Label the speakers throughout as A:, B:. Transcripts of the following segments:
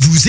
A: Vous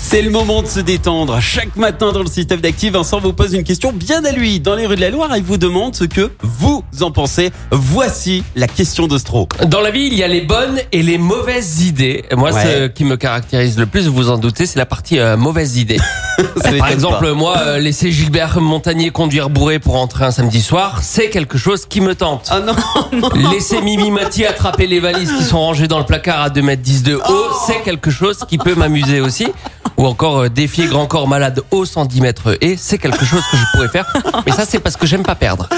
B: C'est le moment de se détendre. Chaque matin dans le système d'Active, Vincent vous pose une question bien à lui dans les rues de la Loire et vous demande ce que vous en pensez. Voici la question de Stro.
C: Dans la vie, il y a les bonnes et les mauvaises idées. Et Moi,
B: Ouais.
C: ce qui me caractérise le plus, vous vous en doutez, c'est la partie euh, mauvaise idée.
B: Ça m'étonne
C: Par
B: pas.
C: exemple, moi, euh, laisser Gilbert Montagnier conduire bourré pour rentrer un samedi soir, c'est quelque chose qui me tente.
B: Ah non
C: Laisser Mimi Mati attraper les valises qui sont rangées dans le placard à 2m10 de haut,
B: Oh.
C: c'est quelque chose qui peut m'amuser aussi. Ou encore euh, défier grand corps malade haut 110 mètres et c'est quelque chose que je pourrais faire. Mais ça, c'est parce que j'aime pas perdre.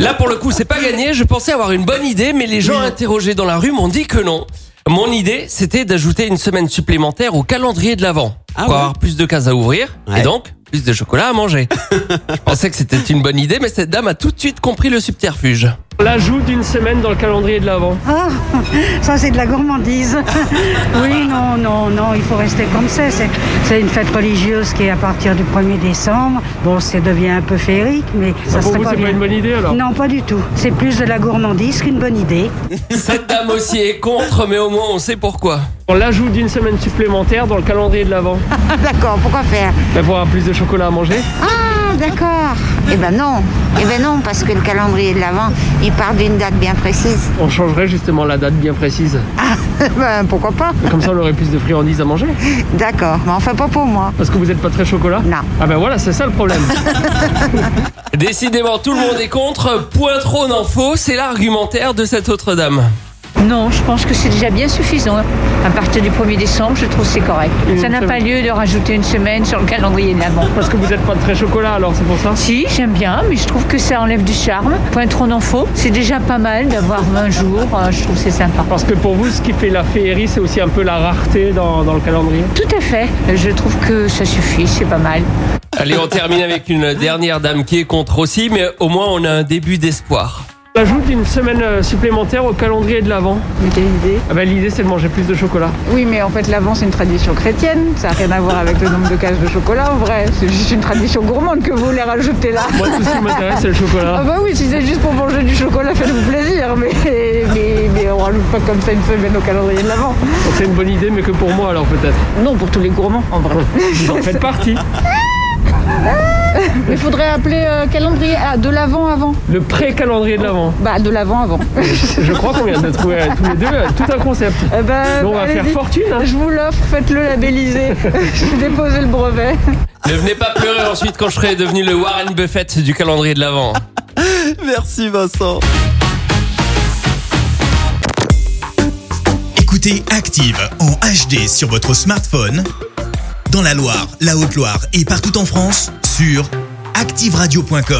C: Là, pour le coup, c'est pas gagné. Je pensais avoir une bonne idée, mais les gens interrogés dans la rue m'ont dit que non. Mon idée, c'était d'ajouter une semaine supplémentaire au calendrier de l'Avent
B: Ah
C: pour
B: ouais.
C: avoir plus de cases à ouvrir
B: Ouais.
C: et donc plus de chocolat à manger. je pensais que c'était une bonne idée, mais cette dame a tout de suite compris le subterfuge.
D: L'ajout d'une semaine dans le calendrier de l'Avent.
E: Ah, ça c'est de la gourmandise. Oui, non, non, non, il faut rester comme ça. C'est, c'est une fête religieuse qui est à partir du 1er décembre. Bon, ça devient un peu féerique, mais ça
D: Ah, Pour
E: serait
D: vous,
E: pas
D: c'est
E: bien.
D: pas une bonne idée alors
E: Non, pas du tout. C'est plus de la gourmandise qu'une bonne idée.
C: Cette dame aussi est contre, mais au moins on sait pourquoi.
D: Pour L'ajout d'une semaine supplémentaire dans le calendrier de l'Avent.
F: Ah, D'accord, pourquoi faire
D: Bah, Pour avoir plus de chocolat à manger.
F: Ah, d'accord. Eh ben non. Eh ben non, parce que le calendrier de l'Avent, il part d'une date bien précise.
D: On changerait justement la date bien précise.
F: ben, pourquoi pas
D: Comme ça, on aurait plus de friandises à manger.
F: D'accord, mais enfin pas pour moi.
D: Parce que vous n'êtes pas très chocolat
F: Non.
D: Ah ben voilà, c'est ça le problème.
C: Décidément, tout le monde est contre. Point trop n'en faut, c'est l'argumentaire de cette autre dame.
G: Non, je pense que c'est déjà bien suffisant. À partir du 1er décembre, je trouve que c'est correct.
D: Une
G: Ça n'a pas
D: semaine.
G: lieu de rajouter une semaine sur le calendrier de l'avant.
D: Parce que vous n'êtes pas très chocolat alors, c'est pour ça
G: Si, j'aime bien, mais je trouve que ça enlève du charme. Point trop d'en faux. C'est déjà pas mal d'avoir 20 jours. euh, Je trouve que c'est sympa.
D: Parce que pour vous, ce qui fait la féerie, c'est aussi un peu la rareté dans, dans le calendrier.
G: Tout à fait. Je trouve que ça suffit. C'est pas mal.
C: Allez, on termine avec une dernière dame qui est contre aussi, mais au moins on a un début d'espoir.
D: L'ajout d'une semaine euh, supplémentaire au calendrier de l'Avent.
H: Mais quelle idée
D: Ah ben, L'idée, c'est de manger plus de chocolat.
H: Oui, mais en fait, l'avant, c'est une tradition chrétienne. Ça n'a rien à voir avec le nombre de cases de chocolat, en vrai. C'est juste une tradition gourmande que vous voulez rajouter là.
D: Moi, tout ce qui m'intéresse, c'est le
H: Ah
D: chocolat.
H: bah oui, si c'est juste pour manger du chocolat, faites-vous plaisir. Mais, mais, mais on rajoute pas comme ça une semaine au calendrier de l'avant.
D: Donc, C'est une bonne idée, mais que pour moi alors peut-être.
H: Non, pour tous les gourmands, en vrai.
D: Vous en faites partie.
H: Mais faudrait appeler euh, calendrier ah, de l'avant avant.
D: Le pré-calendrier de l'Avent.
H: Bah, de l'avant avant.
D: Je crois qu'on vient de trouver euh, tous les deux euh, tout un concept.
H: Eh ben,
D: Nous, on va faire
H: allez-y.
D: fortune, hein.
H: Je vous l'offre, faites-le labelliser. Je vais déposer le brevet.
C: Ne venez pas pleurer ensuite quand je serai devenu le Warren Buffett du calendrier de l'Avent.
B: Merci Vincent.
A: Écoutez Active en HD sur votre smartphone, dans la Loire, la Haute-Loire et partout en France, sur activeradio.com.